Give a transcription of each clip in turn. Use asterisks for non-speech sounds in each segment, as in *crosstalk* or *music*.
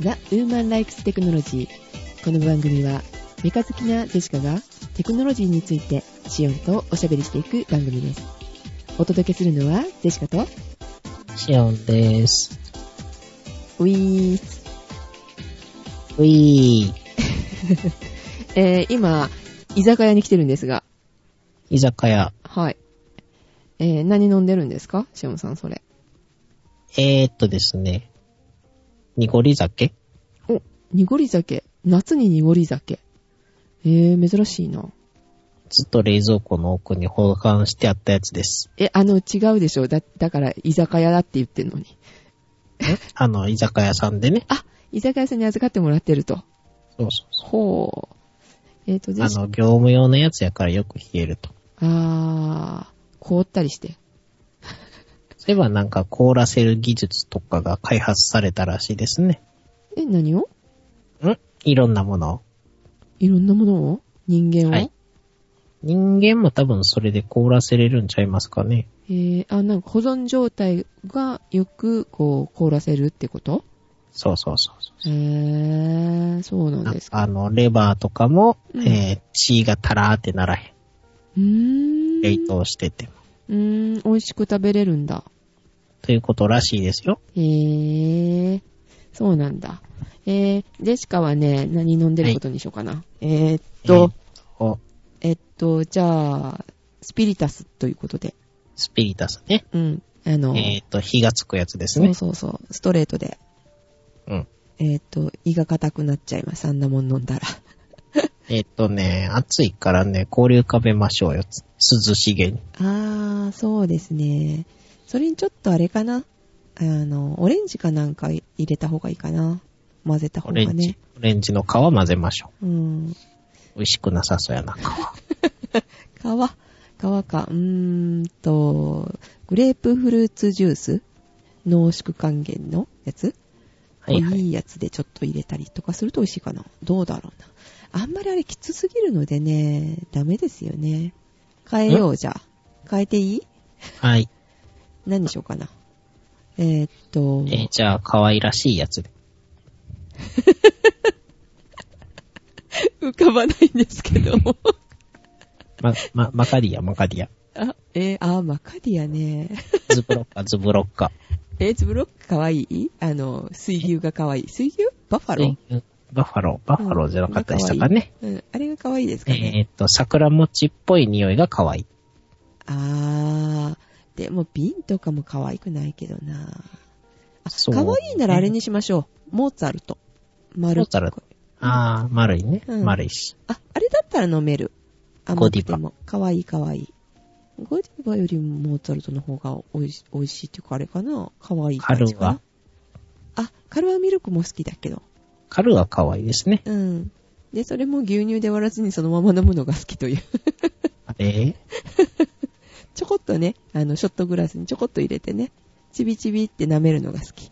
ザ・ウーマン・ライクス・テクノロジー。この番組は、メカ好きなジェシカがテクノロジーについてシオンとおしゃべりしていく番組です。お届けするのはジェシカとシオンです。ウィーういー。えー、今、居酒屋に来てるんですが、居酒屋。はい。えー、何飲んでるんですかシオンさんそれ。えーっとですね。濁り酒お、濁り酒。夏に濁り酒。えー、珍しいな。ずっと冷蔵庫の奥に保管してあったやつです。え、あの、違うでしょだ、だから、居酒屋だって言ってんのに。あの、居酒屋さんでね。あ、居酒屋さんに預かってもらってると。そうそうそほう。えっ、ー、と、う。ぜあひ、の、業務用のやつやからよく冷えると。あー、凍ったりして。そういえばなんか凍らせる技術とかが開発されたらしいですね。え、何をんいろんなものを。いろんなものを人間を、はい人間も多分それで凍らせれるんちゃいますかね。えー、あ、なんか保存状態がよく、こう、凍らせるってことそうそうそうそう。へー、そうなんなんですかか。あの、レバーとかも、うんえー、血がたらーってならへん。うーん。冷凍してても。うーん、美味しく食べれるんだ。ということらしいですよ。へー、そうなんだ。えー、ジェシカはね、何飲んでることにしようかな。えー、っと、えーおえっと、じゃあ、スピリタスということで。スピリタスね。うん。あの、えっ、と、火がつくやつですそうね。そうそう、ストレートで。うん。えっと、胃が硬くなっちゃいます。あんなもん飲んだら。えっ、とね、暑いからね、氷浮かべましょうよ。つ涼しげに。 *laughs* あー、そうですね。それにちょっとあれかな。あの、オレンジかなんか入れた方がいいかな。混ぜた方オがレンジ、ね。オレンジの皮混ぜましょうん。う。美味しくなさそうやな、皮。皮、皮か。うーんと、グレープフルーツジュース濃縮還元のやつ、はいはいい。やつでちょっと入れたりとかすると美味しいかな。どうだろうな。あんまりあれきつすぎるのでね、ダメですよね。変えようじゃあ。変えていいはい。何にしようかな。えーっとえ、ーじゃあ、可愛らしいやつで。浮かばないんですけど *laughs* も。ま、ま、マカディア、マカディア。あ、えーあー、マカディアね。ズブ *laughs* ロッカ、ズブロッカ。えー、ズブロックかわいいあの、水牛がかわいい。水牛バファロー、うんバッファロー、バッファローじゃなかったでしたかね。うん、あれがかわいいですかね。えっ、と、桜餅っぽい匂いが可愛い。あー、でも瓶とかもかわいくないけどな。あ、そうかわいいならあれにしましょう。モーツァルト。丸っこいモーツァルトあー、丸いね。うん丸いし。あ、あれだったら飲める。甘くてゴデも。かわいいかわいい。ゴディバよりもモーツァルトの方がおいしおいしいっていうかあれかな。かわいいカ感ルじかはな。、あ、カルアミルクも好きだけど。カルは可愛いですね。うん。で、それも牛乳で割らずにそのまま飲むのが好きという。 *laughs* あれちょこっとね、あの、ショットグラスにちょこっと入れてね、ちびちびって舐めるのが好き。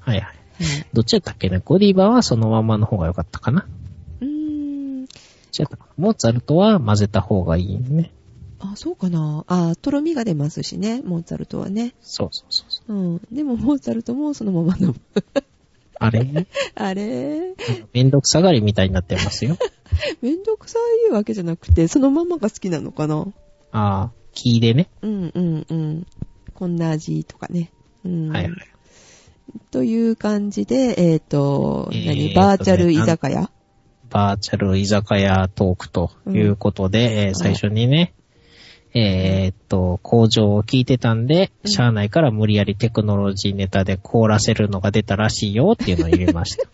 はいはい。はい。どっちやったっけねゴディバはそのままの方が良かったかな。うーん。違ったかなモーツァルトは混ぜた方がいいね。あ、そうかな。あ、とろみが出ますしね、モーツァルトはね。そうそうそうそう。うん。でも、モーツァルトもそのまま飲む。 *laughs* あれ *laughs* なんかあれめんどくさがりみたいになってますよ。めんどくさいわけじゃなくて、そのままが好きなのかな。ああ、木でね。うんうんうん。こんな味とかね。うん。はいはい。という感じで、えっ、と、えー何バーチャル居酒屋、バーチャル居酒屋トークということで、えー最初にね、えーっと、工場を聞いてたんで、うん社内から無理やりテクノロジーネタで凍らせるのが出たらしいよっていうのを入れま *laughs* した。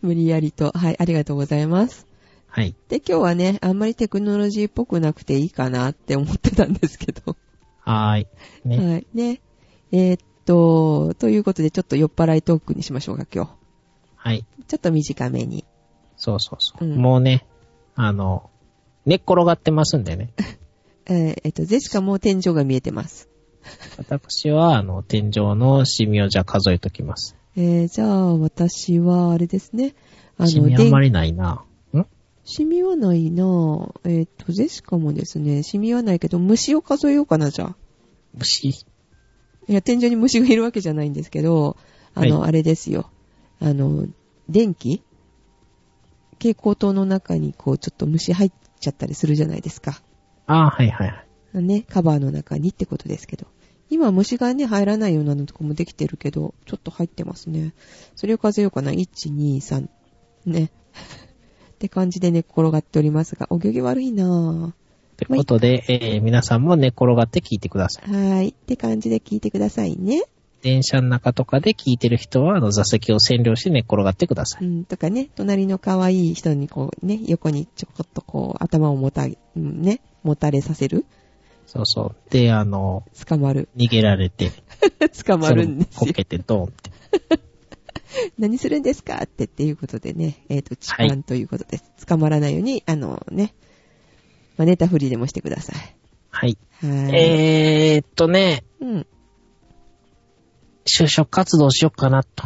無理やりと。はい、ありがとうございます。はい。で、今日はね、あんまりテクノロジーっぽくなくていいかなって思ってたんですけど。はーい。ね。はい。ね。えーっと、ということで、ちょっと酔っ払いトークにしましょうか、今日。はい。ちょっと短めに。そうそうそう。うんもうね、あの、寝っ転がってますん *laughs* でね。えーえーっと、ゼシカもう天井が見えてます。私は、あの、天井のシミをじゃあ数えときます。えー、じゃあ、私は、あれですね。あシミあん電まりないな。んシミはないなぁ。えーっ、と、ジェシカもですね、シミはないけど、虫を数えようかな、じゃあ。虫。いや、天井に虫がいるわけじゃないんですけど、あの、あれですよ。あの、電気蛍光灯の中にこう、ちょっと虫入っちゃったりするじゃないですか。ああ、はいはいはい。ね、カバーの中にってことですけど。今虫がね、入らないようなのとかもできてるけど、ちょっと入ってますね。それを数えようかな。1、2、3。ね。 *laughs* って感じで寝っ転がっておりますが、お行儀悪いなぁ。ということで、えー皆さんも寝転がって聞いてください。はーい。って感じで聞いてくださいね。電車の中とかで聞いてる人は、あの、座席を占領して寝っ転がってくださうい。ん、とかね、隣の可愛い人にこうね、横にちょこっとこう、頭をもた、うんね、もたれさせるそうそう。で、あの、捕まる。逃げられて、捕まるんですこよ。けてドーンって。何するんですかってっていうことでね、えっ、と、痴は漢いということです。捕まらないように、あのね、まあ、ネタ振りでもしてください。はい。はーい。えーっとね、うん。就職活動しよっかなと。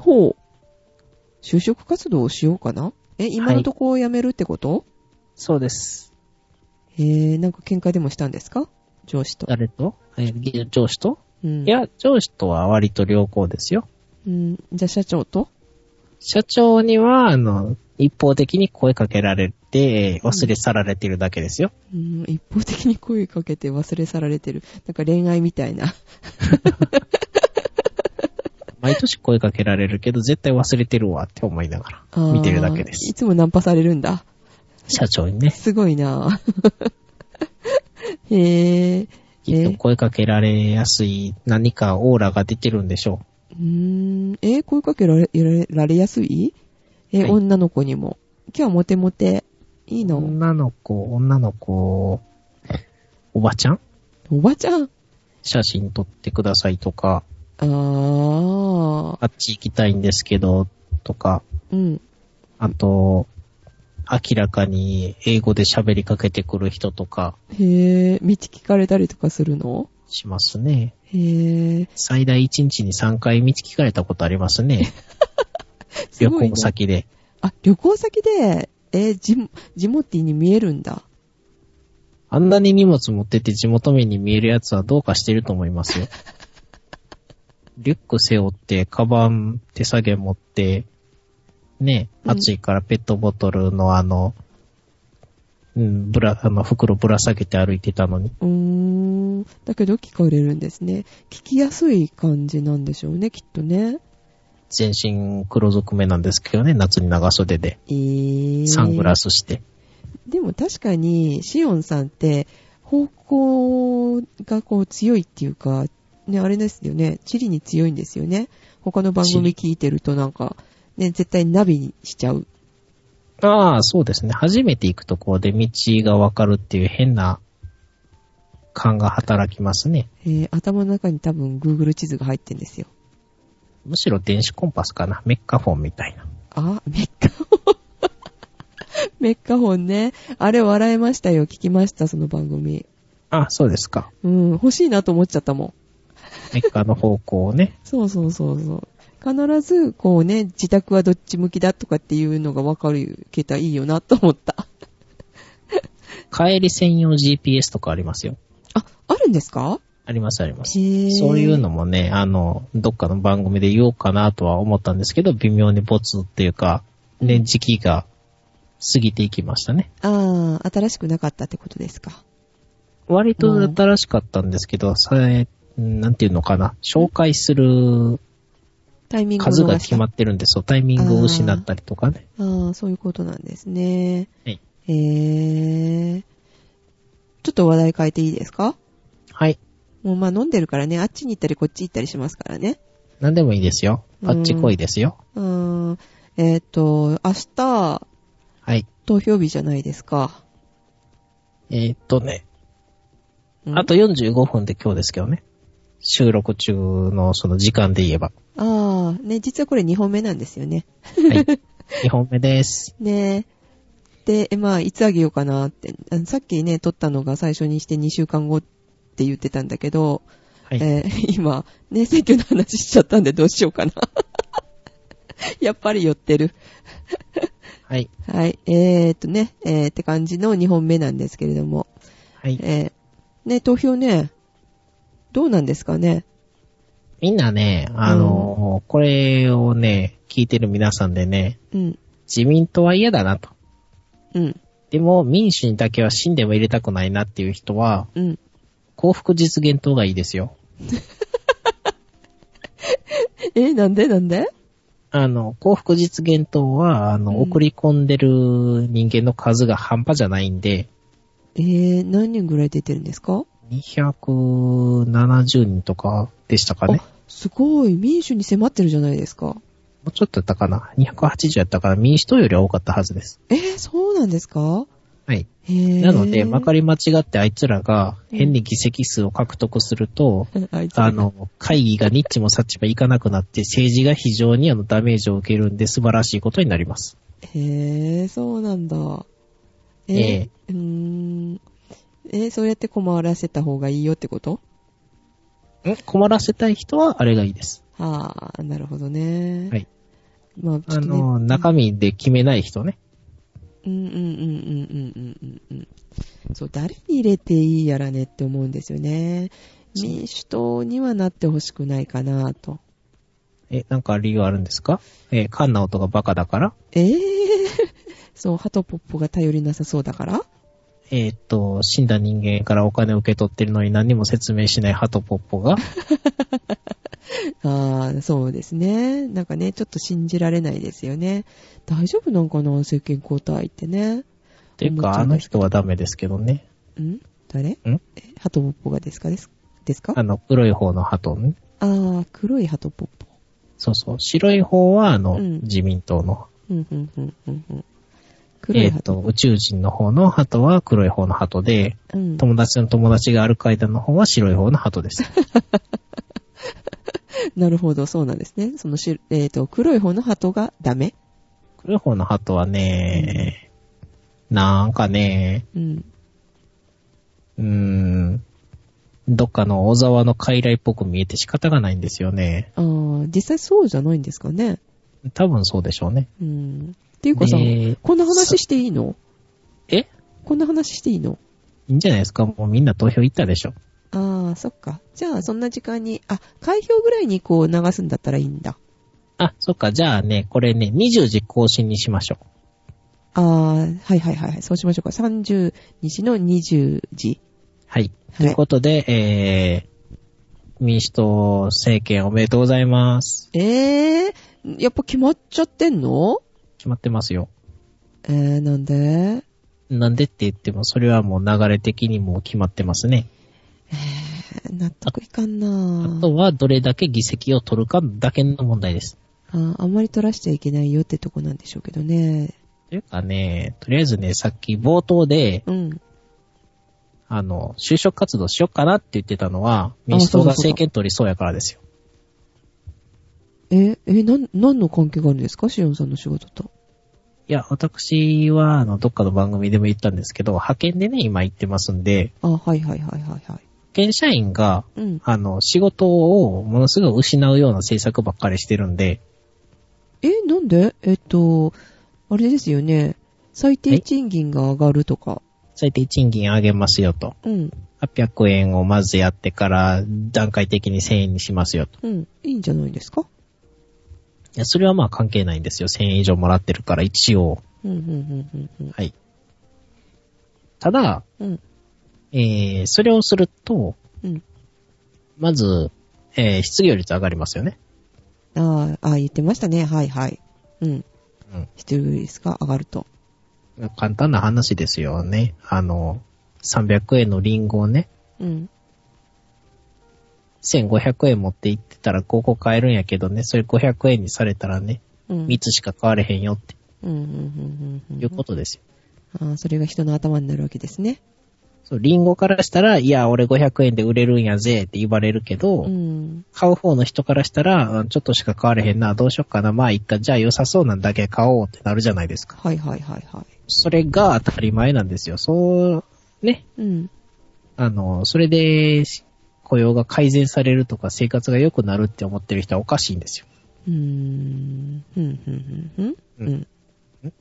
ほう。就職活動をしようかなえ、今のとこ辞めるってこと、そうです。えー、なんか喧嘩でもしたんですか上司と。誰とえー上司とうん。いや、上司とは割と良好ですよ。うん。じゃあ社長と社長には、あの、一方的に声かけられて、えー忘れ去られてるだけですよ。うん、一方的に声かけて忘れ去られてる。なんか恋愛みたいな。毎年声かけられるけど、絶対忘れてるわって思いながら、見てるだけであーいす。つもナンパされるんだ。社長にね、すごいな *laughs* ぁ。へぇきっと声かけられやすい何かオーラが出てるんでしょうーん。えー声かけられられられやすいえーはい。女の子にも。今日はモテモテ。いいうの、女の子、女の子、おばちゃんおばちゃん。写真撮ってくださいとか、あー。あっち行きたいんですけど、とか、うん。あと、明らかに英語で喋りかけてくる人とかへぇ道聞かれたりとかするのしますね。へぇ最大1日に3回道聞かれたことありますね。 *laughs* す旅ごい行な。先で。あ、旅行先で、えージモ、ジモティに見えるんだ。あんなに荷物持ってて地元民に見えるやつはどうかしてると思いますよ。 *laughs* リュック背負って、カバン手下げ持って、ね、うん暑いからペットボトルのあの、うん、ぶら、あの、袋ぶら下げて歩いてたのに。うーん。だけど聞かれるんですね。聞きやすい感じなんでしょうね、きっとね。全身黒ずくめなんですけどね、夏に長袖で。えー、サングラスして。でも確かに、シオンさんって、方向がこう強いっていうか、ね、あれですよね。地理に強いんですよね。他の番組聞いてるとなんか、ね、絶対ナビにしちゃう。ああ、そうですね。初めて行くとこで道がわかるっていう変な感が働きますね。えー、頭の中に多分 Google 地図が入ってんですよ。むしろ電子コンパスかな。メッカフォンみたいな。あ、メッカホン。 *laughs* メッカホンね。あれ笑いましたよ。聞きました、その番組。ああ、そうですか。うん、欲しいなと思っちゃったもん。メッカの方向をね。そうそうそうそう。必ず、こうね、自宅はどっち向きだとかっていうのが分かるけたらいいよなと思った。帰り専用 GPS とかありますよ。あ、あるんですかありますあります。へえ。そういうのもね、あの、どっかの番組で言おうかなとは思ったんですけど、微妙にボツっていうか、ね、時期が過ぎていきましたね。ああ、新しくなかったってことですか。割と新しかったんですけど、それ、うんなんていうのかな、紹介するタイミング数が決まっってるんで、そう、タイミングを失ったりとかね。ああ、そういうことなんですね。はい。へえ。ちょっと話題変えていいですかはい。もうまあ飲んでるからね、あっちに行ったりこっち行ったりしますからね。何でもいいですよ。あっち来いですよ。うーん。えっ、と、明日、はい。投票日じゃないですか。えーっとね、うんあと45分で今日ですけどね。収録中のその時間で言えば。ああ、ね、実はこれ2本目なんですよね。はい。2本目です。ねで、えまあ、いつあげようかなって、あさっきね、撮ったのが最初にして2週間後って言ってたんだけど、はい。えー今、ね、選挙の話しちゃったんでどうしようかな。 *laughs* やっぱり寄ってる。はい。はい、えー、っとね、えーって感じの2本目なんですけれども、はい。えーね、投票ね、どうなんですかね。みんなね、あの、これをね、聞いてる皆さんでね、うん。自民党は嫌だなと。うん。でも、民主にだけは死んでも入れたくないなっていう人は、うん。幸福実現党がいいですよ。え、なんでなんであの、幸福実現党は、あの、うん送り込んでる人間の数が半端じゃないんで、えー、何人ぐらい出てるんですか270人とかでしたかね。あすごい。民主に迫ってるじゃないですか。もうちょっとやったかな。280やったから民主党よりは多かったはずです。えー、そうなんですかはい。へーなので、まかり間違ってあいつらが変に議席数を獲得すると、あいつあの、会議がニッチもサッチもいかなくなって、政治が非常にあのダメージを受けるんで素晴らしいことになります。へえ、そうなんだ。えええうーん。えーそうやって困らせた方がいいよってことん困らせたい人はあれがいいです。はあ、なるほどね。はい。まあ、ちょあっとね。の、中身で決めない人ね。うんうんうんうんうんうんうんうん。そう、誰に入れていいやらねって思うんですよね。そう民主党にはなってほしくないかなと。え、なんか理由あるんですかえー、カンナオトがバカだからええ *laughs* そう、ハトポッポが頼りなさそうだからえーっと、死んだ人間からお金を受け取ってるのに何も説明しないハトポッ *laughs* ポが、ああ、そうですね。なんかね、ちょっと信じられないですよね。大丈夫なんかな政権交代ってね。という思っちか、ゃうあんのですけ人はダメですけどね。ん誰んんハトポッポがですかですですかあの、黒い方のハトね。ああ、黒いハトポッポ。そうそう。白い方は、あの、うん自民党の。うん、うん、うん、うん、うん。黒えいーハっと、ト。宇宙人の方のハトは黒い方のハトで、うん。友達の友達がある階段の方は白い方のハ *laughs* トです。なるほど、そうなんですね。そのし、えっ、と、黒い方のハトがダメ黒い方のハトはね、なんかね、うん。うーん、どっかの小沢の傀儡っぽく見えて仕方がないんですよね。ああ、実際そうじゃないんですかね。多分そうでしょうね。うん。っていうかさ、でこんな話していいのえこんな話していいのいいんじゃないですかもうみんな投票行ったでしょ。ああ、そっか。じゃあ、そんな時間に、あ、開票ぐらいにこう流すんだったらいいんだ。あ、そっか。じゃあね、これね、20時更新にしましょああ、はいはいはいはい。そうしましょうか。30日の20時。う。はい。はいということで、えー、民主党政権おめでとうございます。ええー、やっぱ決まっちゃってんの決まってますよ。えー、なんでなんでって言っても、それはもう流れ的にもう決まってますね。納得いかんあなとは、どれだけ議席を取るかだけの問題です。あーあんまり取らしちゃいけないよってとこなんでしょうけどね。というかね、とりあえずね、さっき冒頭で、うん。あの、就職活動しよっかなって言ってたのは、民主あそうだそう党がだ政権取りそうやからですよ。え、え、なん、何の関係があるんですかシオンさんの仕事と。いや、私は、あの、どっかの番組でも言ったんですけど、派遣でね、今行ってますんで、あはいはいはいはいはい。派遣社員が、うん。あの、仕事をものすごい失うような政策ばっかりしてるんで、え、なんでえっと、あれですよね。最低賃金が上がるとか。最低賃金上げますよと。うん。 800円をまずやってから、段階的に1000円にしますよと。うん。いいんじゃないですかいや、それはまあ関係ないんですよ。1000円以上もらってるから、一応。うん、うん、うん、うん、はい。ただ、うん。うんえー、それをすると、うん。まず、えー、失業率上がりますよね。あーあー、言ってましたね。はいはい。うん。うん。失業率が上がると。簡単な話ですよね。あの、300円のリンゴをね、うん。 1500円持って行ってたら5個買えるんやけどね、それ500円にされたらね、うん。 3つしか買われへんよってうん、うん、うん、うん。ういうんことですよ。ああ、それが人の頭になるわけですね。そう、リンゴからしたら、いや、俺500円で売れるんやぜって言われるけど、うん。買う方の人からしたら、うんちょっとしか買われへんな、どうしよっかな、まあいっか、じゃあ良さそうなんだけ買おうってなるじゃないですか。はいはいはいはそれが当たり前なんですよ。そう、ね、い。うん。あの、それで、雇用が改善されるとか生活が良くなるって思ってる人はおかしいんですよ。うーん。うん、うん、うん、うん。うん。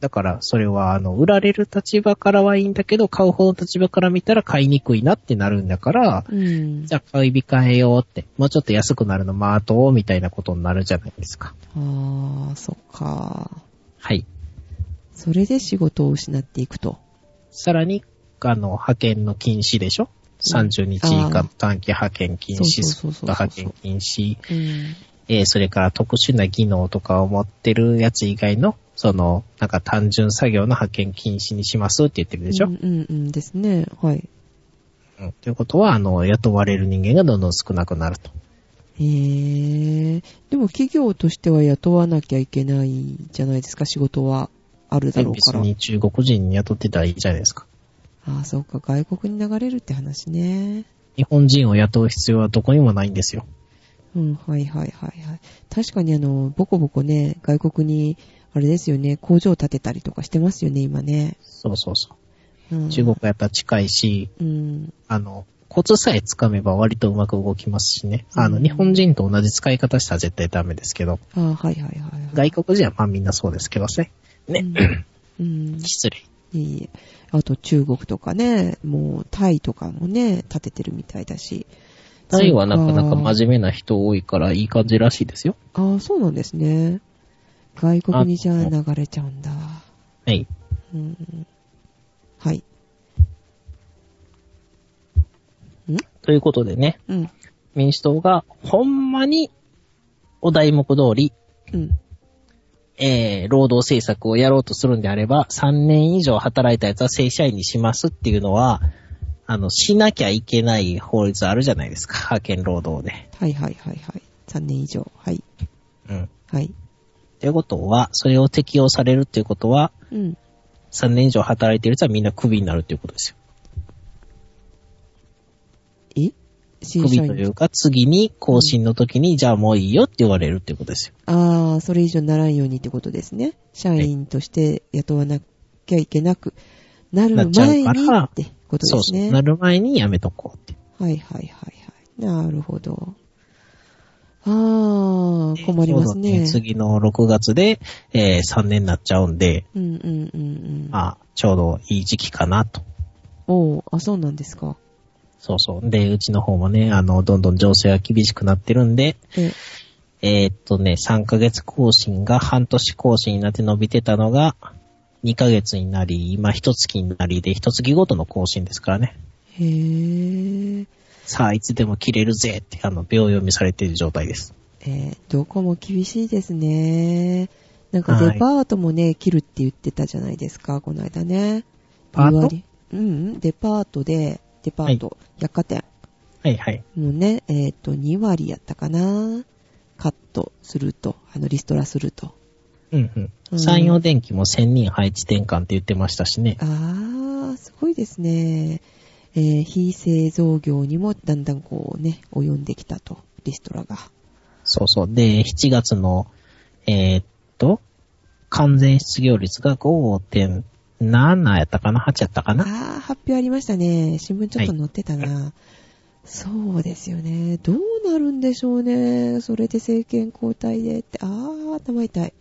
だから、それは、あの、売られる立場からはいいんだけど、買う方の立場から見たら買いにくいなってなるんだから、うん。じゃあ買い控えようって、もうちょっと安くなるの待とうみたいなことになるじゃないですか。ああ、そっか。はい。それで仕事を失っていくと。さらに、あの、派遣の禁止でしょ ?30 日以あ下ー短期派遣禁止、スそポうットそうそうそう派遣禁止、うん。えーそれから特殊な技能とかを持ってるやつ以外の、その、なんか単純作業の派遣禁止にしますって言ってるでしょ、うんうんうんですね。はい。うんということは、あの、雇われる人間がどんどん少なくなると。へえ。でも企業としては雇わなきゃいけないじゃないですか、仕事はあるだろう別から。に中国人に雇ってたらいいじゃないですか。ああ、そうか、外国に流れるって話ね。日本人を雇う必要はどこにもないんですよ。うん、はいはいはいはい。確かにあの、ボコボコね、外国に、あれですよね、工場を建てたりとかしてますよね、今ね。そうそうそう。うん、中国はやっぱ近いし、うん。あの、コツさえつかめば割とうまく動きますしね。あの、うん日本人と同じ使い方したら絶対ダメですけど、ああ、はいはいはい、はい。外国人はまあみんなそうですけどね。ね、うん。う *laughs* ん失礼。いいえあと中国とかね、もうタイとかもね、建ててるみたいだし。タイはなかなかジ。真面目な人多いからいい感じらしいですよ。ああ、そうなんですね。外国にじゃああ流れちゃうんだ。はい。うん。はい。ということでね、うん。民主党がほんまにお題目通り、うん。えー、労働政策をやろうとするんであれば、3年以上働いたやつは正社員にしますっていうのは、あの、しなきゃいけない法律あるじゃないですか。派遣労働で。はいはいはいはい。3年以上。はい。うん。はい。ってことは、それを適用されるっていうことは、うん。 3年以上働いてるやつはみんなクビになるっていうことですよ。え正クビ社とい員。うか、次に更新の時に、じゃあもういいよって言われるっていうことですよ。ああ、それ以上にならんようにってことですね。社員として雇わなきゃいけなくなるなっちゃ前うにからってことそうですそうね。なる前にやめとこうって。はいはいはいはい。なるほど。ああ、困りますちょうどね。次の6月で、えー、3年になっちゃうんで、うんうんうんうん。まあ、ちょうどいい時期かなと。おうあ、そうなんですか。そうそう。で、うちの方もね、あの、どんどん情勢が厳しくなってるんで、え、えーっとね、3ヶ月更新が半年更新になって伸びてたのが、2ヶ月になり、今1月になりで、1月ごとの更新ですからね。へえ、さあ、いつでも切れるぜって、あの、秒読みされてる状態です。えーどこも厳しいですね。なんかデパートもね、切るって言ってたじゃないですか、この間ね。パート二割うんうん、デパートで、デパート、百貨店。はいはい。もうね、えっ、と、2割やったかな。カットすると、あの、リストラすると。うんうん。うん山陽電機も1000人配置転換って言ってましたしね。あー、すごいですね。えー非製造業にもだんだんこうね、及んできたと、リストラが。そうそう。で、7月の、えーっと、完全失業率が5.7やったかな ?8 やったかあーな、発表ありましたね。新聞ちょっと載ってたな。そうですよね。どうなるんでしょうね。それで政権交代でって。あー、頭痛い。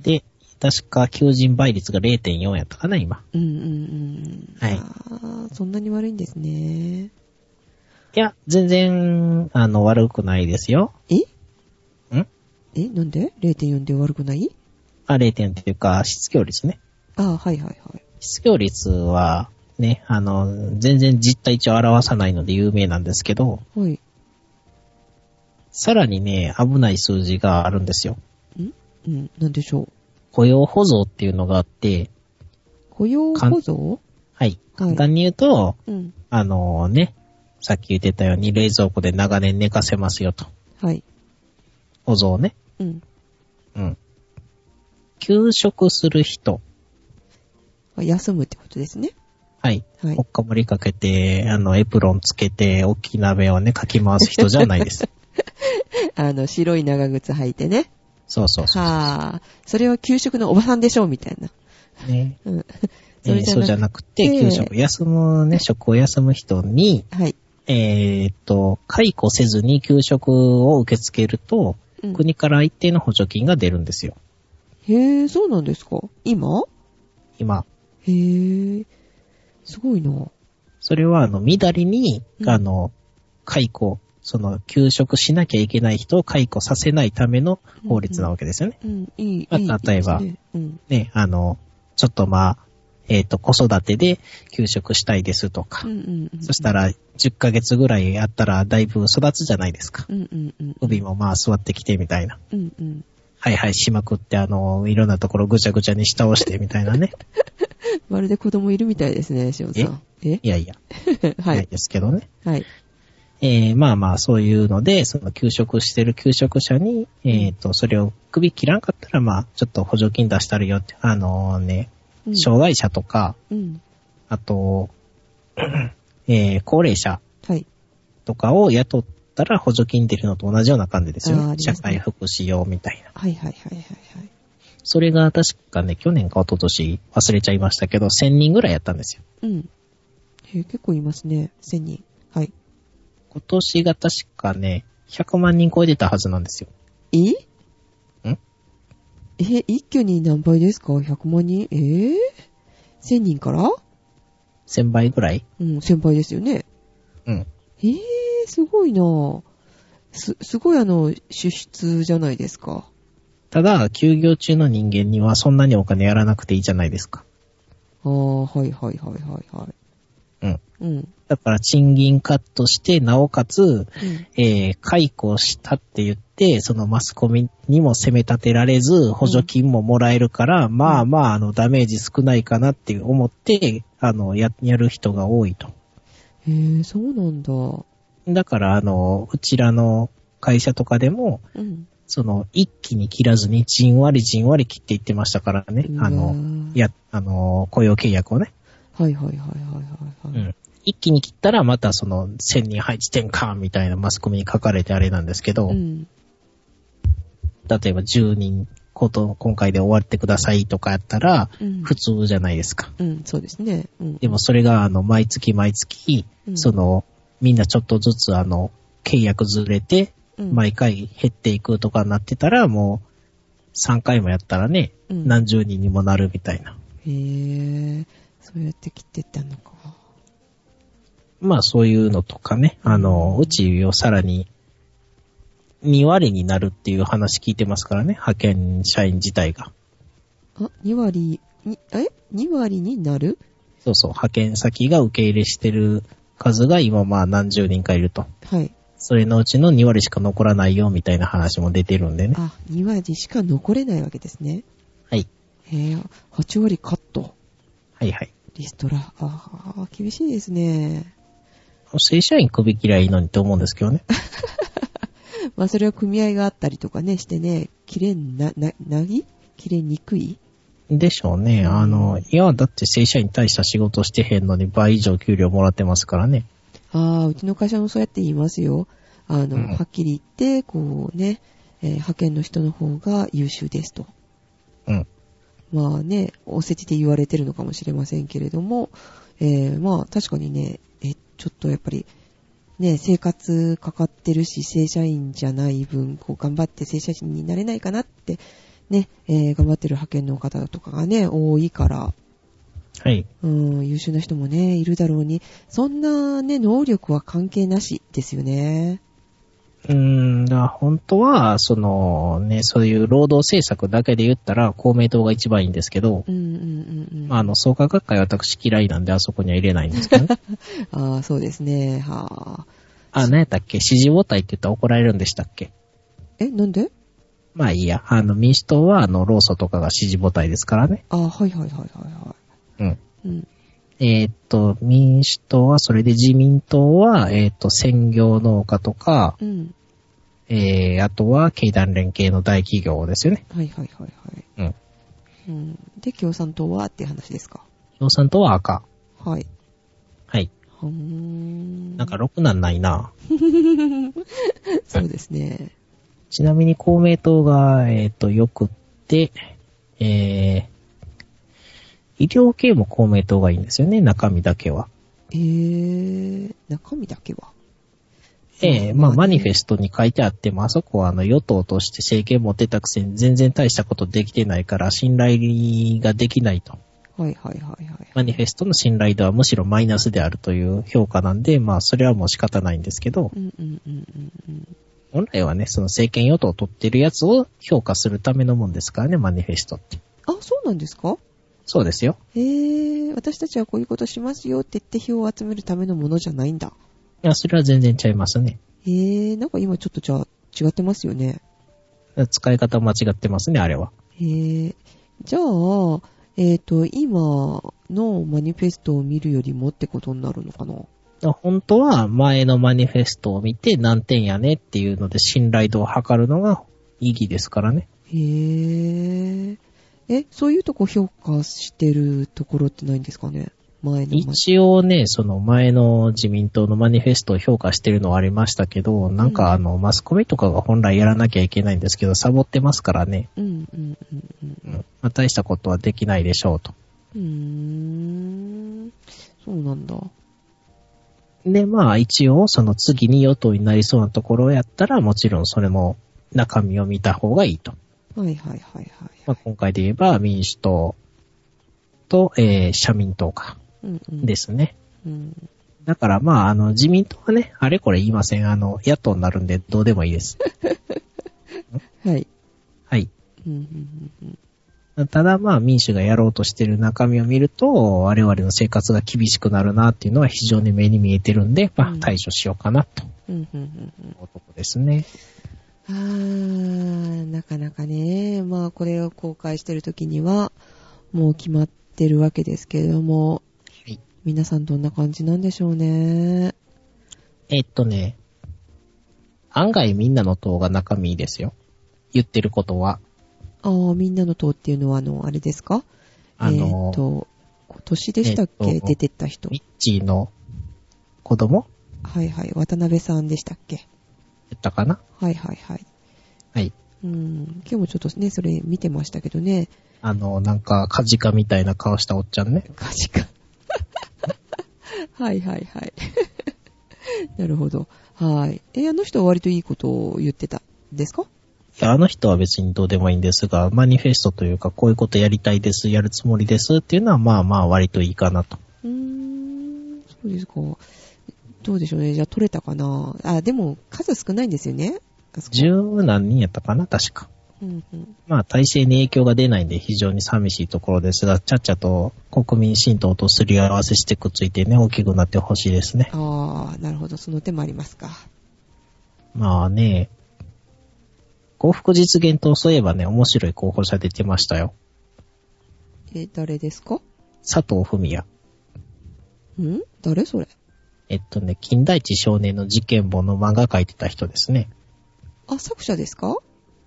で、確か求人倍率が0.4やったかな今。うんうんうん。はいあー、そんなに悪いんですね。いや、全然、あの、悪くないですよ。えんえなんで ?0.4 で悪くないあ、0.4っていうか、失業率ね。あー、はいはいはい。失業率は、ね、あの、全然実態値を表さないので有名なんですけど、はい。さらにね、危ない数字があるんですよ。んうん、なんでしょう。雇用保存っていうのがあって、雇用かん保存はい。はい簡単に言うと、うん。あのね、さっき言ってたように冷蔵庫で長年寝かせますよと。はい。保存をね。うん。うん。休職する人。あ休むってことですね。はい。はいおっ。かぶりかけて、あの、エプロンつけて、大きい鍋をね、かき回す人じゃな *laughs* いです。 *laughs* あの、白い長靴履いてね。そうそうそはあ、それは給食のおばさんでしょうみたいな。う。ね。うん。 *laughs* えーそうじゃななくて、休職、休むね、職を休む人に、くはい。えーっと、解雇せずに休職を受け付けると、うん国から一定の補助金が出るんですよ。へへえ、そうなんですか今今。へえ、すごいな。それは、あの、みだりに、うんあの、解雇、その、休職しなきゃいけない人を解雇させないための法律なわけですよね。うん、いい。あいい例えばいいですねうん。ね、あの、ちょっとまあ、えっ、と、子育てで休職したいですとか、うんうんうん。そしたら、10ヶ月ぐらいあったら、だいぶ育つじゃないですか。うんうんうん。首もまあ、座ってきてみたいな。うんうん。はいはい、しまくって、あの、いろんなところぐちゃぐちゃにし倒してみたい *laughs* なね。まるで子供いるみたいですね、しおんさん。えいやいや、 *laughs* はないい。ですけどね。はい。えー、まあまあ、そういうので、その休職してる休職者に、えっ、と、それを首切らんかったら、まあ、ちょっと補助金出したるよって、あのね、うん障害者とか、うん。あと、 *laughs* えー、高齢者はい。とかを雇ったら補助金出るのと同じような感じですよあーね。ありま社すね会福祉用みたいな。はいはいはいはいはい。それが確かね、去年か一昨年忘れちゃいましたけど、1000人ぐらいやったんですよ。うん。へえ、結構いますね、千人。はい。今年が確かね、100万人超えてたはずなんですよ。えんえ、一挙に何倍ですか ?100 万人えぇ、?1000 人から1000倍ぐらいうん、1000倍ですよね。うん。えぇ、すごいなぁ。す、すごいあの、支出じゃないですか。ただ、休業中の人間にはそんなにお金やらなくていいじゃないですか。あー、はいはいはいはいはい。うん。うん。うんだから、賃金カットして、なおかつ、えー、解雇したって言って、そのマスコミにも責め立てられず、補助金ももらえるから、まあまあ、あの、ダメージ少ないかなって思って、あの、や、やる人が多いと。へぇ、そうなんだ。うだから、あの、うちらの会社とかでも、ん。その、一気に切らずに、じんわりじんわり切っていってましたからね。あうわの、ーいや、あの、雇用契約をね。はいはいはいはいはい。はい一気に切ったら、またその、千人配置転換みたいなマスコミに書かれてあれなんですけど、うん。例えば10人こと、今回で終わってくださいとかやったら、うん。普通じゃないですか。うん、そうですね。うん。でもそれが、あの、毎月毎月、うんその、みんなちょっとずつ、あの、契約ずれて、うん、毎回減っていくとかなってたら、もう、3回もやったらね、うん何十人にもなるみたいな。へぇ、そうやって切ってったのか。まあそういうのとかね、あの、うちをさらに2割になるっていう話聞いてますからね、派遣社員自体が。あ、2割、に、え ?2 割になるそうそう、派遣先が受け入れしてる数が今まあ何十人かいると。はい。それのうちの2割しか残らないよみたいな話も出てるんでね。あ、2割しか残れないわけですね。はい。へぇ、8割カット。はいはい。リストラ。あー、厳しいですね。正社員首切りゃいいのにと思うんですけどね。まあ、それは組合があったりとかね、してね、切れな、な、なぎ切れにくいでしょうね。あの、いや、だって正社員大した仕事してへんのに倍以上給料もらってますからね。ああ、うちの会社もそうやって言いますよ。あの、うんはっきり言って、こうね、えー派遣の人の方が優秀ですと。うん。まあね、おせちで言われてるのかもしれませんけれども、えーまあ確かにね、え、ちょっとやっぱり、ね、生活かかってるし、正社員じゃない分、こう頑張って正社員になれないかなって、ね、えー頑張ってる派遣の方とかがね、多いから、はい。うん、優秀な人もね、いるだろうに、そんなね、能力は関係なしですよね。うーん、だから本当は、そのね、そういう労働政策だけで言ったら公明党が一番いいんですけど、うんうんうんうん。まあ、あの、創価学会は私嫌いなんであそこには入れないんですけど、ね、ああ、そうですね。はあ。あ、何やったっけ支持母体って言ったら怒られるんでしたっけえ、なんでまあいいや。あの、民主党は、あの、労組とかが支持母体ですからね。ああ、はいはいはいはいはうん。い。うん。えーっと、民主党はそれで自民党は、えーっと、専業農家とか、うん。えー、あとは経団連系の大企業ですよね。はいはいはいはい。うん。うん。で、共産党はっていう話ですか。共産党は赤。はい。はい。はーん。なんか、ろくなんないな。そうですね。ちなみに公明党が、えっ、と、よくって、えー、医療系も公明党がいいんですよね、中身だけは。えー、中身だけは。ええ、まあ、マニフェストに書いてあっても、あそこはあの、与党として政権持ってたくせに全然大したことできてないから、信頼ができないと。はいはいはいはい。マニフェストの信頼度はむしろマイナスであるという評価なんで、まあ、それはもう仕方ないんですけどう、んうんうんうんうん。本来はね、その政権与党を取ってるやつを評価するためのもんですからね、マニフェストって。あ、そうなんですかそうですよ。へえ、私たちはこういうことしますよって言って票を集めるためのものじゃないんだ。いや、それは全然ちゃいますね。へえ、なんか今ちょっとじゃあ違ってますよね。使い方間違ってますね、あれは。へえ、じゃあ、えっ、と、今のマニフェストを見るよりもってことになるのかな本当は前のマニフェストを見て何点やねっていうので信頼度を測るのが意義ですからね。へえ。え、そういうとこ評価してるところってないんですかね前の前。一応ね、その前の自民党のマニフェストを評価してるのはありましたけど、なんかあの、マスコミとかが本来やらなきゃいけないんですけど、サボってますからね。うんうんうんうん。うん。まあ、大したことはできないでしょうと。うーん。そうなんだ。で、まあ一応その次に与党になりそうなところをやったら、もちろんそれも中身を見た方がいいと。はいはいはいはい。まあ、今回で言えば民主党と、えー社民党か。うんうん。ですね。うん。だからまあ、あの、自民党はね、あれこれ言いません。あの、野党になるんでどうでもい *laughs* いです。はい。はい。うんうんうんうん。ただまあ、民主がやろうとしてる中身を見ると、我々の生活が厳しくなるなっていうのは非常に目に見えてるんで、まうあ、ん対処しようかなと。うんうんうんうん。いうとこですね。あー、なかなかね、まあこれを公開してる時には、もう決まってるわけですけれども、はい皆さんどんな感じなんでしょうね。えっとね、案外みんなの党が中身いいですよ。言ってることは。あー、みんなの党っていうのは、あの、あれですかあえのっ、と、今年でしたっけ、えっと出てった人。ミッチーの子供はいはい。渡辺さんでしたっけ言ったかなはいはいはい。はい。うん。今日もちょっとね、それ見てましたけどね。あの、なんか、カジカみたいな顔したおっちゃんね。カジカ。はいはいはい。 *laughs* なるほど。はい。え、あの人は割といいことを言ってたんですかいや、あの人は別にどうでもいいんですが、マニフェストというか、こういうことやりたいです、やるつもりですっていうのは、まあまあ、割といいかなと。うーん、そうですか。どうでしょうね。じゃあ取れたかな。あ、でも数少ないんですよね。あそこ十何人やったかな、確か。うんうん。まあ、体制に影響が出ないんで、非常に寂しいところですが、ちゃっちゃと国民浸透とすり合わせしてくっついてね、大きくなってほしいですね。あー、なるほど。その手もありますか。まあね、幸福実現とそういえばね、面白い候補者出てましたよ。え、誰ですか佐藤文也。ん誰それえっとね、金田一少年の事件簿の漫画描いてた人ですね。あ、作者ですか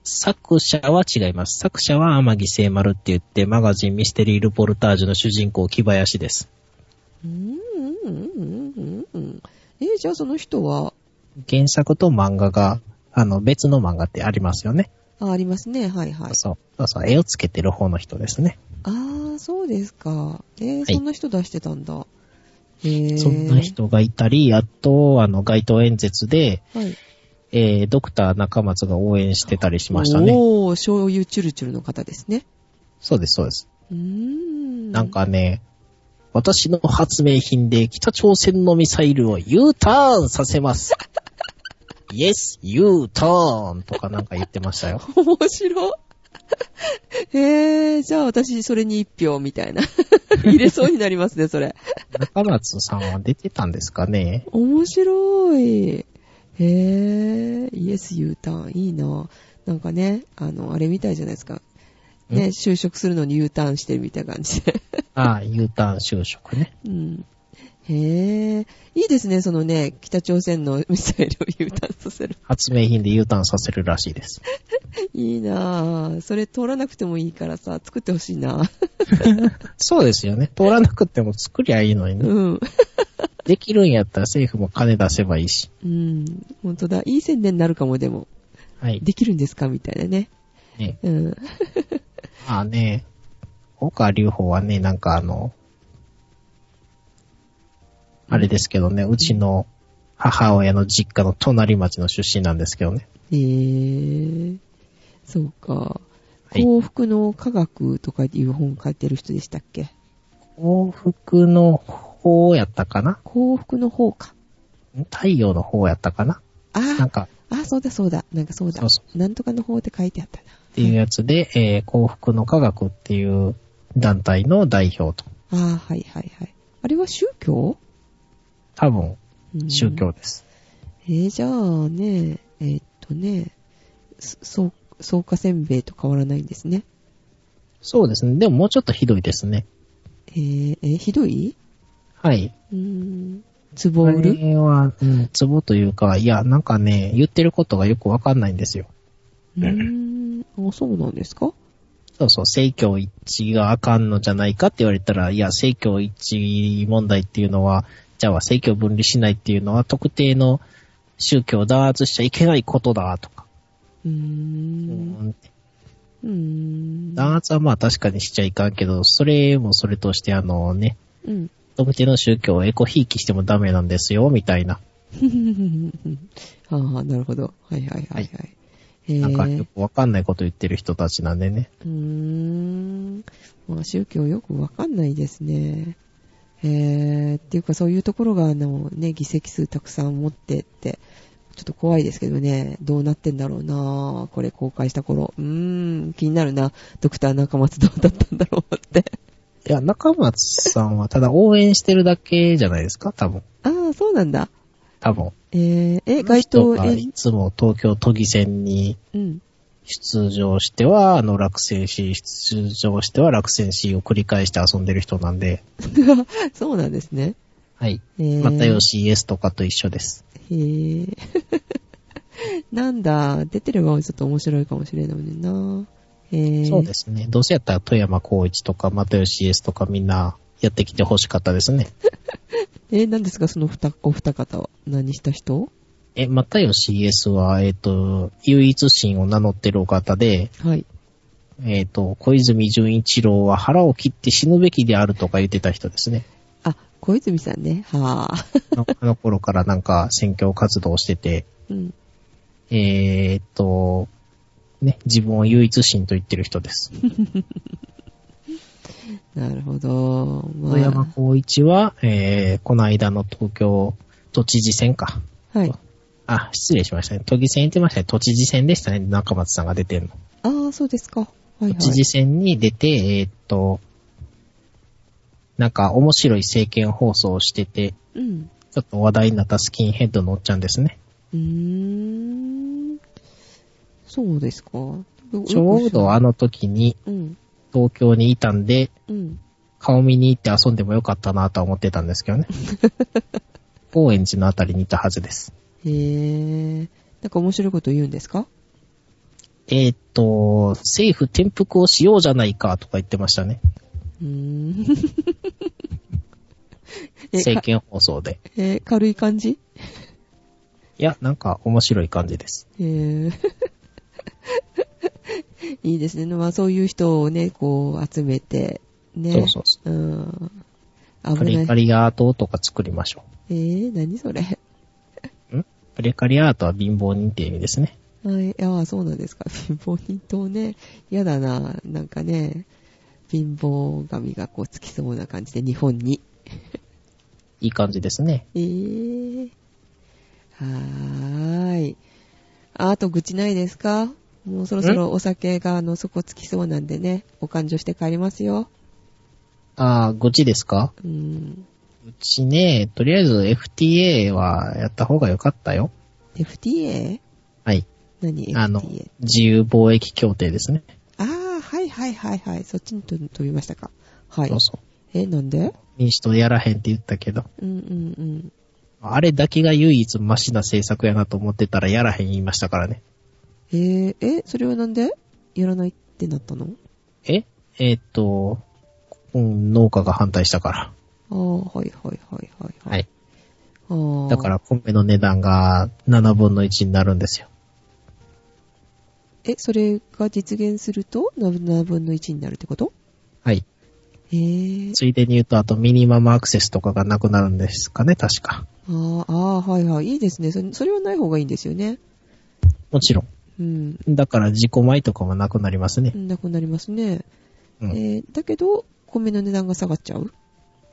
作者は違います。作者は天木聖丸って言って、マガジンミステリー・ルポルタージュの主人公、木林です。うーん、うん、うん、うんうん。えじゃあその人は、原作と漫画が、あの、別の漫画ってありますよね。あ、ありますね。はいはい。そう。そうそう。絵をつけてる方の人ですね。あー、そうですか。えーいそんな人出してたんだ。えー、そんな。人がいたり、あと、あの、街頭演説で、はい。えー、ドクター中松が応援してたりしましたね。おー、醤油チュルチュルの方ですね。そうです、そうです。うーん。なん。かね、私の発明品で北朝鮮のミサイルを U ターンさ *laughs* せます。yes, U ターンとかなんか言って *laughs* ましたよ。面白。えー、じゃあ私それに一票みたいな。 *laughs* 入れそうになりますね、それ。中松さんは出てたんですかね面白い。へえ、イエス U ターン、いいな。なんかね、あの、あれみたいじゃないですか。ね、ん就職するのに U ターンしてるみたいな感じで。 *laughs* ああ、U ターン就職ね。うん。へえ、いいですね、そのね、北朝鮮のミサイルを U ターンさせる。発明品で U ターンさせるらしいです。いいなそれ通らなくてもいいからさ、作ってほしいなそうですよね。通らなくても作りゃいいのにね。うん。できるんやったら政府も金出せばいいし。うん。本当だ。いい宣伝になるかも、でも。はい。できるんですかみたいなね。ね、うん。まあね、岡隆法はね、なんかあの、あれですけどね、うちの母親の実家の隣町の出身なんですけどね。えー、そうか。はい幸福の科学とかいう本書いてる人でしたっけ幸福の方やったかな幸福の方か。太陽の方やったかななあんか、あ、あ、そうだそうだ。なんかそうだ。そうそなんとかの方って書いてあったな。っていうやつで、えー幸福の科学っていう団体の代表と。ああ、はいはいはい。あれは宗教、多分、うん宗教です。えーじゃあね、えーっとね、そそう、草加せんべいと変わらないんですね。そうですね。でももうちょっとひどいですね。えーえーひどいはい。うーん。つぼ売こるれは、うん、ツボというか、いや、なんかね、言ってることがよくわかんないんですよ。うーん。あ、そうなんですかそうそう、政教一致があかんのじゃないかって言われたら、いや、政教一致問題っていうのは、じゃあ政教分離しないっていうのは特定の宗教を弾圧しちゃいけないことだとか。うー。うんんうーん。弾圧はまあ確かにしちゃいかんけど、それもそれとしてあのね、 *laughs* うん。特定の宗教をエコひいきしてもダメなんですよ、みたいな。ああ、なるほど。はいはいはいはい。えー、なんかよくわかんないこと言ってる人たちなんでね。うーん。まあ、宗教よくわかんないですね。えー、っていうかそういうところが、あの、ね、議席数たくさん持ってって、ちょっと怖いですけどね、どうなってんだろうなこれ公開した頃。うーん、気になるな。ドクター中松どうだったんだろうって。 *laughs* いや、中松さんはただ応援してるだけじゃないですか、多分。ああ、そうなんだ。多分。えー、え、街人頭がい演、つも東京都議選にうん。出場しては、あの落選し、出場しては落選しを繰り返して遊んでる人なんで、そうなんですね。はい。えー、またよしイエスとかと一緒です。へぇ。 *laughs* なんだ、出てる側はちょっと面白いかもしれないもんな。へぇ。そうですね。どうせやったら富山光一とか、またよしイエスとかみんなやってきて欲しかったです *laughs* ね。えー、何ですか、そのふたお二方は。何した人え、またよしイエスは、えっ、と、唯一神を名乗ってるお方で、はい。えっ、と、小泉純一郎は腹を切って死ぬべきであるとか言ってた人で *laughs* すね。あ、小泉さんね。はぁ。あのあの頃からなんか選挙活動をしてて、 *laughs* うん。えーっと、ね、自分を唯一神と言ってる人です。なるほど。小山光一は、えー、この間の東京都知事選か。はい。あ、失礼しましたね。都議選言ってましたね。都知事選でしたね。中松さんが出てるの。あー、そうですか。はいはい。都知事選に出て、えーっと、なんか面白い政見放送をしてて、うん。ちょっと話題になったスキンヘッドのおっちゃんですね。うーん。そうですか。ちょうどあの時にうん。東京にいたんで、うん。顔見に行って遊んでもよかったなとは思ってたんですけ *laughs* どね。高円寺のあたりにいたはずです。へぇ。なんか面白いこと言うんですかえーっと、政府転覆をしようじゃないかとか言ってましたね。うーん。 *laughs* え政か見放送で。えー軽い感じいや、なんか面白い感じです。えー *laughs* いいですね。まあそういう人をね、こう集めて、ね。。そうそうそうん。危う。プなレい。カリアートとか作りましょえー、何それ。はう。んプレカリアートは貧乏人って意味ですね。い。ああ、そうなんですか。 *laughs* 貧乏人とね、嫌だな。なんかね、貧乏神がこうつきそうな感じで、日本に。いい感じですね。えー。はーい。あ、あと愚痴ないですかもうそろそろお酒が、あの、底つきそうなんでね、お勘定して帰りますよ。あー、愚痴ですかうん。うちね、とりあえず FTA はやった方が良かったよ。 FTA? はい。何 ?FTA? あの、自由貿易協定ですね。あーはいはいはいはい。そっちに飛飛びましたか。はいそ。うそう。え、なんで民主党やらへんって言ったけど、うんうんうん。あれだけが唯一マシな政策やなと思ってたらやらへん言いましたからね。えーえ、それはなんでやらないってなったのええーっと、うん、農家が反対したから。あーはいはいはいはいは。はいい。あーだから米の値段が7分の1になるんですよ。え、それが実現すると7分の1になるってことはい。えー、ついでに言うと、あとミニマムアクセスとかがなくなるんですかね、確か。ああ、ああ、はいはい。いいですね。それそれはない方がいいんですよね。もちろん。うん。だから自己米とかもなくなりますね。なくなりますね。うんえーだけど、米の値段が下がっちゃう。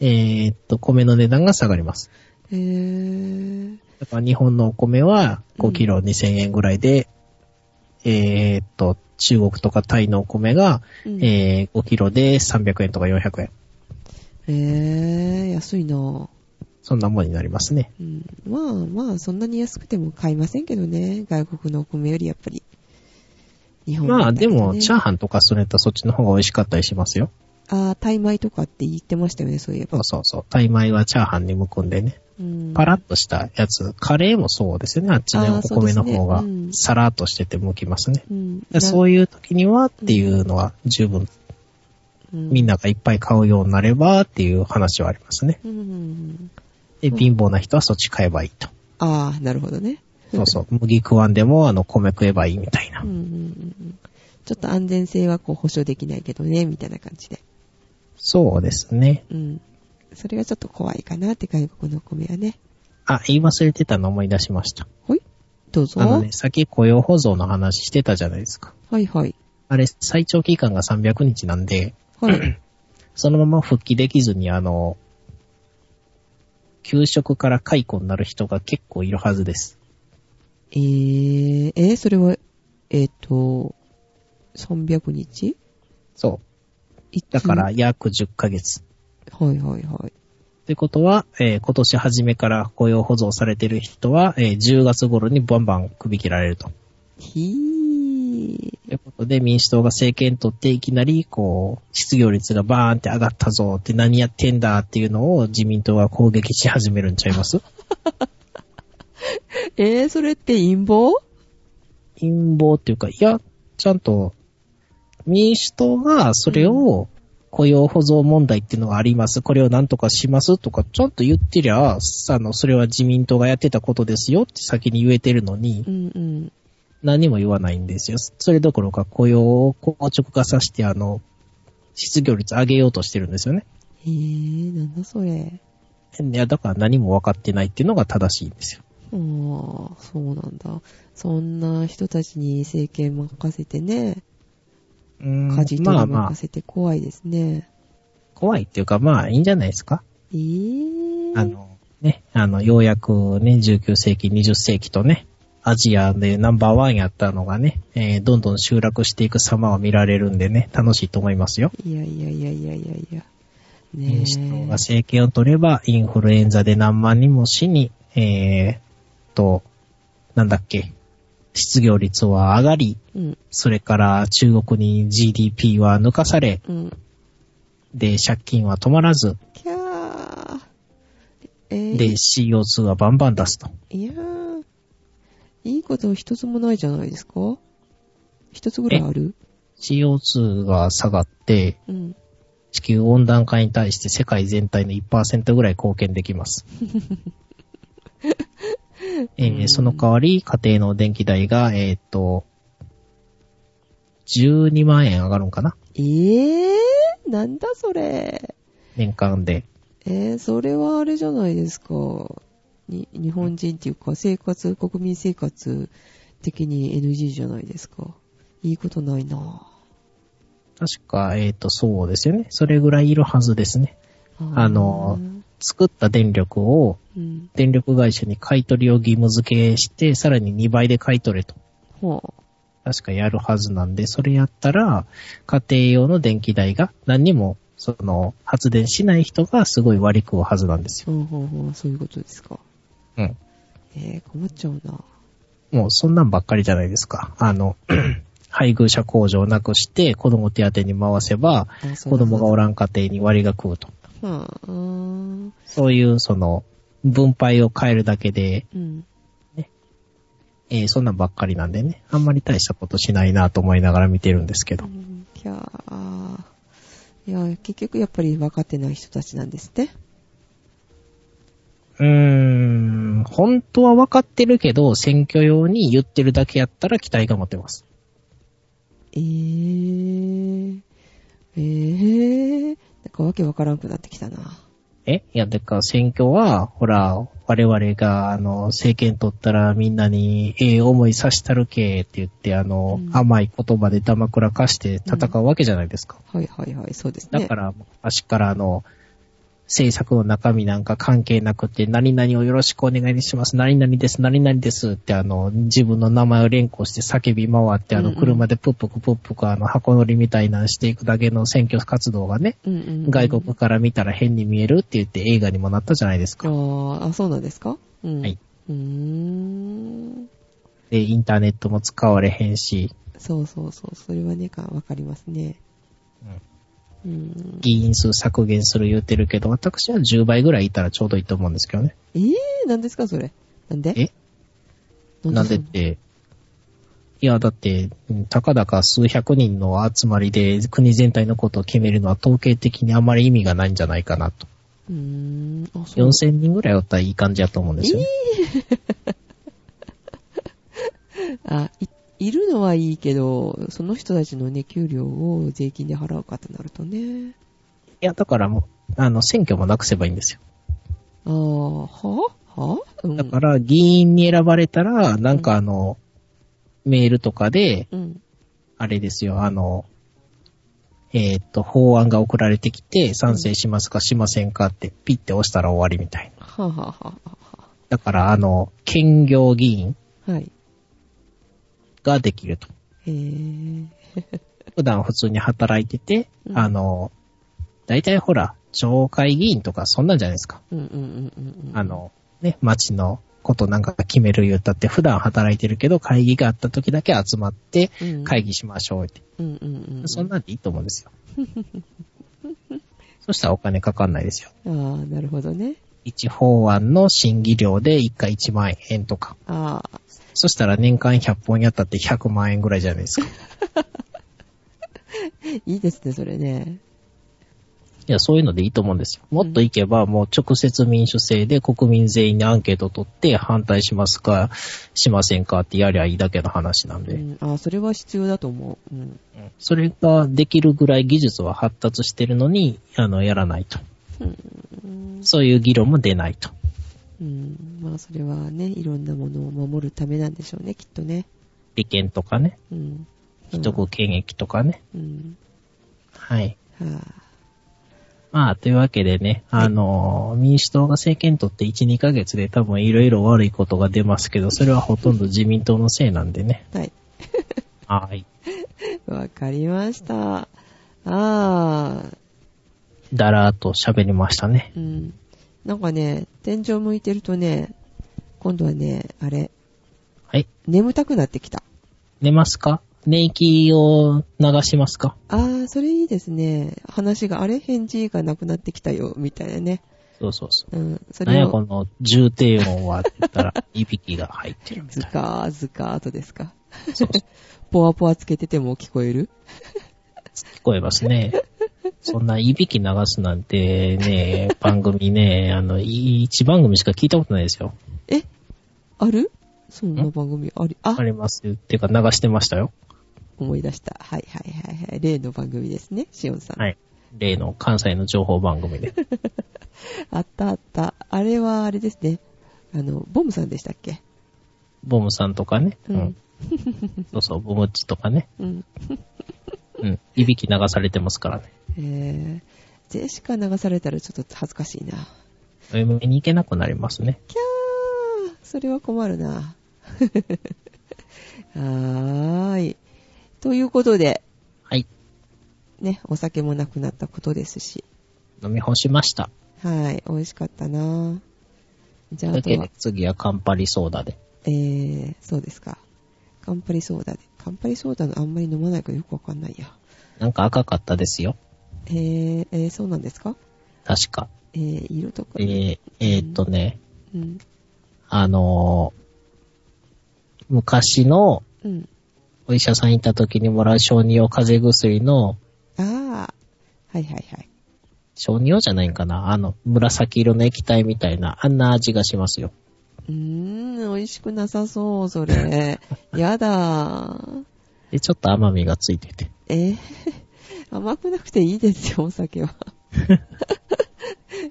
えーっと、米の値段が下がります。へー。だから日本のお米はうん5キロ2000円ぐらいで、えーっと、中国とかタイのお米が、うんえー5キロで300円とか400円。へー、安いなそんなもんになりますね。うん。まあまあ、そんなに安くても買いませんけどね。外国のお米よりやっぱり。日本のまあでも、ねチャーハンとかそれとそっちの方が美味しかったりしますよ。ああ、タイ米とかって言ってましたよね、そういえば。そうそうそう。タイ米はチャーハンに向くんでね。うんパラッとしたやつ。カレーもそうですよね。あっちね、あーお米の方そがうですねうんサラーっとしてて向きますね。うん。でそういういう時にはっていうのは十分、う、みんながいっぱい買うようになればっていう話はありますね。うん。うん。で、貧乏な人はそっち買えばいいと。ああ、なるほどね。そうそう。麦食わんでも、あの、米食えばいいみたいなうん。うんうんうん。ちょっと安全性はこう保証できないけどね、みたいな感じで。そうですね。うん。それがちょっと怖いかなって外国のお米はね。あ、言い忘れてたの思い出しました。ほいどうぞ。あのね、さっき雇用保存の話してたじゃないですか。はいはい。あれ、最長期間が300日なんで、はい。そのまま復帰できずに、あの、給食から解雇になる人が結構いるはずです。えー、えーそれは、えっ、と、300日そう。一だから、約10ヶ月。はいはいはい。ってことは、えー今年初めから雇用保存されてる人は、えー10月頃にバンバン首切られると。ひということで、民主党が政権取っていきなり、こう、失業率がバーンって上がったぞって何やってんだっていうのを自民党が攻撃し始めるんちゃいますー。えー、それって陰謀陰謀っていうか、いや、ちゃんと、民主党がそれを雇用保存問題っていうのがあります。これをなんとかしますとか、ちょっと言ってりゃ、あの、それは自民党がやってたことですよって先に言えてるのにう、んうん。何も言わないんですよ。それどころか雇用を硬直化させて、あの、失業率上げようとしてるんですよね。へー、なんだそれ。いや、だから何も分かってないっていうのが正しいんですよ。あー、そうなんだ。そんな人たちに政権任せてね、うーん舵取りまあまあ任、せて怖いですね。怖いっていうか、まあいいんじゃないですか。えー。あの、ね、あの、ようやくね、19世紀、20世紀とね、アジアでナンバーワンやったのがね、えーどんどん集落していく様を見られるんでね、楽しいと思いますよ。いやいやいやいやいやいや。ね民主党がえ。政権を取れば、インフルエンザで何万人も死に、えー、と、なんだっけ、失業率は上がり、うん、それから中国に GDP は抜かされ、うん。で、借金は止まらず、キャー。えー、で、CO2 はバンバン出すと。いやー、いいこと一つもないじゃないですか一つぐらいある CO2 が下がって、うん。地球温暖化に対して世界全体の1%ぐらい貢献で *laughs* きます。えーその代わり、家庭の電気代が、えーっと、12万円上がるんかなええー、なんだそれ。年間で。えー、それはあれじゃないですか。に、日本人っていうか、生活、国民生活的に NG じゃないですか。いいことないな確か、えーっと、そうですよね。それぐらいいるはずですね。ぁあの作った電力をうん。電力会社に買い取りを義務付けして、さらに2倍で買い取れと。ほ確かやるはずなんで、それやったら、家庭用の電気代が何にも、その、発電しない人がすごい割り食うはずなんですよ。う。ほうほうほう、そういうことですか。うん。えー、困っちゃうなもうそんなんばっかりじゃないですか。あの、 *clears throat* 配偶者控除をなくして、子供手当に回せば、あそう子だ供がおそうらん家庭に割が食うと。だはぁ、うんそういう、その、分配を変えるだけで、うん。えーそんなんばっかりなんでね、あんまり大したことしないなと思いながら見てるんですけど。いやーいや、結局やっぱり分かってない人たちなんですね。うーん、本当は分かってるけど、選挙用に言ってるだけやったら期待が持てます。えー、えー、なんかわけわからんくなってきたな。えいや、だから選挙は、ほら、我々が、あの、政権取ったらみんなに、ええ思いさしたるけ、って言って、あの、うん甘い言葉で黙くらかして戦うわけじゃないですか。はいはいはい、そうですね。だから、昔からあの、政策の中身なんか関係なくて、何々をよろしくお願いします、何々です、何々ですって、あの、自分の名前を連呼して叫び回って、あうの、んうん車でプップクプップク、あの、箱乗りみたいなんしていくだけの選挙活動がね、うんうんうん外国から見たら変に見えるって言って映画にもなったじゃないですか。あーあ、そうなんですかうん。はい。うーん。で、インターネットも使われへんし、そうそうそう、それはね、かわかりますね。うん。議員数削減する言うてるけど、私は10倍ぐらいいたらちょうどいいと思うんですけどね。えー、何ですかそれ。なんでえなんでっそて、いや、だって、うんたかだか数百人の集まりで国全体のことを決めるのは統計的にあまり意味がないんじゃないかなと。うーん。あ、そう。 4000人ぐらいおったらいい感じやと思うんですよね。あい、いるのはいいけど、その人たちのね、給料を税金で払うかってなるとね。いや、だからもう、あの、選挙もなくせばいいんですよ。ああ、ははうん。だから、議員に選ばれたら、なんかあの、メールとかで、うん。あれですよ、あの、えーっと、法案が送られてきて、賛成しますかしませんかって、ピッて押したら終わりみたいな。はあはあはあはだから、あの、兼業議員あはい。ができると。へえ。普段普通に働いてて、うんあの、大体ほら、町会議員とかそんなんじゃないですか。うんうんうんうんうん。あの、ね、町のことなんか決める言ったって、普段働いてるけど、会議があった時だけ集まって、うん、会議しましょうって。うんうんうんうん。そんなんでいいと思うんですよ。 *laughs* そしたらお金かかんないですよ。ああ、なるほどね。一法案の審議料で1回1万円とか。ああ、そしたら年間100本やったって100万円ぐらいじゃないですか。いいですね、それね。いや、そういうのでいいと思うんですよ。もっといけば、もう直接民主制で国民全員にアンケートを取って、反対しますか、しませんかってやりゃいいだけの話なんうで、ん、ああ、それは必要だと思う。うん。それができるぐらい技術は発達してるのに、あの、やらないと。うん。そういう議論も出ないと。うん。まあ、それはね、いろんなものを守るためなんでしょうね、きっとね。利権とかね、うん。既得権益とかね。うん。はい。はまあ、というわけでね、あの、民主党が政権取って1、2ヶ月で多分いろいろ悪いことが出ますけど、それはほとんど自民党のせいなんでね。あ、はい。はい。わかりました。ああ、だらーっと喋りましたね。うん。なんかね、天井向いてるとね、今度はね、あれ、はい。眠たくなってきた。寝ますか寝息を流しますかああ、それいいですね。話が、あれ返事がなくなってきたよ、みたいなね。そうそうそ。うん。そうなんれやをこ、の重低音はって言っ *laughs* たら、いびきが入ってるみずたいかーずかーとですか。な。そうそう。ポワポワつけてても聞こえる聞こえますね。そんないびき流すなんてね、番組ね、あの、い一番組しか聞いたことないですよ。えあるそんな番組あり、ああ、りますよっていうか流してましたよ。思い出した。はいはいはいはい。例の番組ですね、しおんさん。はい。例の関西の情報番組で。 *laughs* あったあった。あれはあれですね。あの、ボムさんでしたっけボムさんとかね。ううんん。そうそう、ボムっちとかね。うん。うん。いびき流されてますからね。えー、ジェシカ流されたらちょっと恥ずかしいな。お嫁に行けなくなりますね。キャーそれは困るな。 *laughs* はーい。ということで、はい。ね、お酒もなくなったことですし。飲み干しました。はい、美味しかったなじゃあ、だあとけはで、 *laughs* 次はカンパリソーダで。えー、そうですか。カンパリソーダで。カンパリソーダのあんまり飲まないからよくわかんないや。なんか赤かったですよ。えー、えーそうなんですか確か。えー、色とか。えー、えーっとね、うん。あのー昔のうん。お医者さん行った時にもらう小児用風邪薬の、ああ。はいはいはい。小児用じゃないんかなあの、紫色の液体みたいな、あんな味がしますよ。うーん、美味しくなさそう、そ *laughs* れ。やだー。で、ちょっと甘みがついてて。 *laughs* えー、甘くなくていいですよ、お酒は。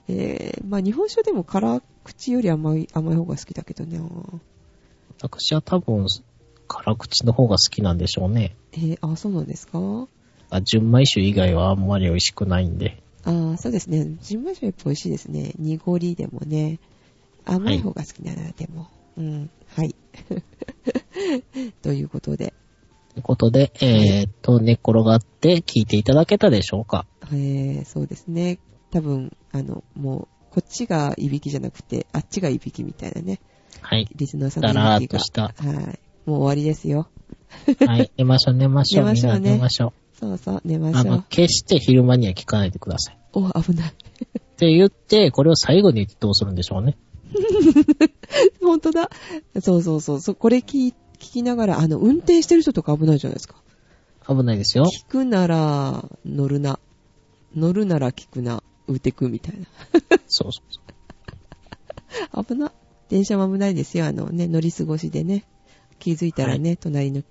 えー、まあ日本酒でも辛口より甘い、甘い方が好きだけどね。私は多分、辛口の方が好きなんでしょうね。えー、あ、そうなんですかあ純米酒以外はあんまり美味しくないんで。あそうですね。純米酒やっぱ美味しいですね。濁りでもね。甘い方が好きだな、でも。うん。はい。 *laughs* ということで。ということで、えーっと、寝っ転がって聞いていただけたでしょうかえー、そうですね。多分、あの、もう、こっちがいびきじゃなくて、あっちがいびきみたいなね。はい。リスナーさんのだらーいびっきが。としはた。い。もう終わりですよ。 *laughs* はい。寝ましょう、寝ましょ寝まう。みんしょうなね寝ましょそうそう、寝う。まあしょのう、。決して昼間には聞かないでください。お、危ない。 *laughs* って言って、これを最後にどうするんでしょうね。本当だ。そうそうそう。そこれ聞い聞きながら、あの、運転してる人とか危ないじゃないですか。危な *laughs* いですよ。聞くなら、乗るな。乗るなら聞くな。打てくみたいそうそうそう。な。 *laughs* 危な。電車も危ないですよ。あのね、乗り過ごしでね。気づいたらね、隣の、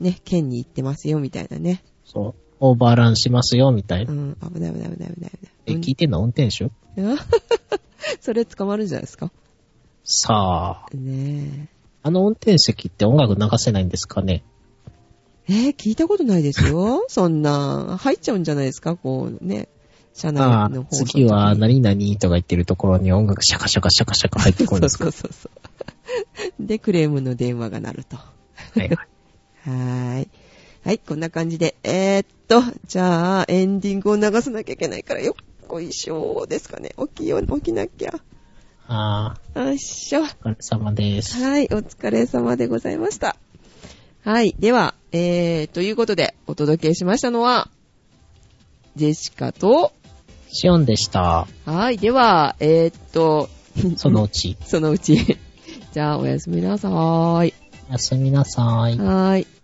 ね、県に行ってますよ、みたいなね。そう。オーバーランしますよ、みたいなう。ん、危ない危ない危ない危ないえ、危ない聞いてんの運転手うん。 *laughs* それ捕まるんじゃないですか。さあ、ねあの運転席って音楽流せないんですかねえ。えー聞いたことないです *laughs* よ。そんな、入っちゃうんじゃないですか、こうね。車あ内のあ、方次は何々とか言ってるところに音楽シャカシャカシャカシャカ入ってくるん *laughs* ですかそうそうそうそう。で、クレームの電話が鳴ると。ははいはい。ーい。はい、こんな感じで。えー、っと、じゃあ、エンディングを流さなきゃいけないから、よっこいしょですかね。起きよう、起きなきゃ。ああ、よいしょ。お疲れ様です。はい、お疲れ様でございました。はい、では、えー、ということで、お届けしましたのは、ジェシカと、シオンでした。はい、では、えー、っと、そのうち。 *laughs* そのうち。じゃあ、おやすみなさーい。おやすみなさい。はーい。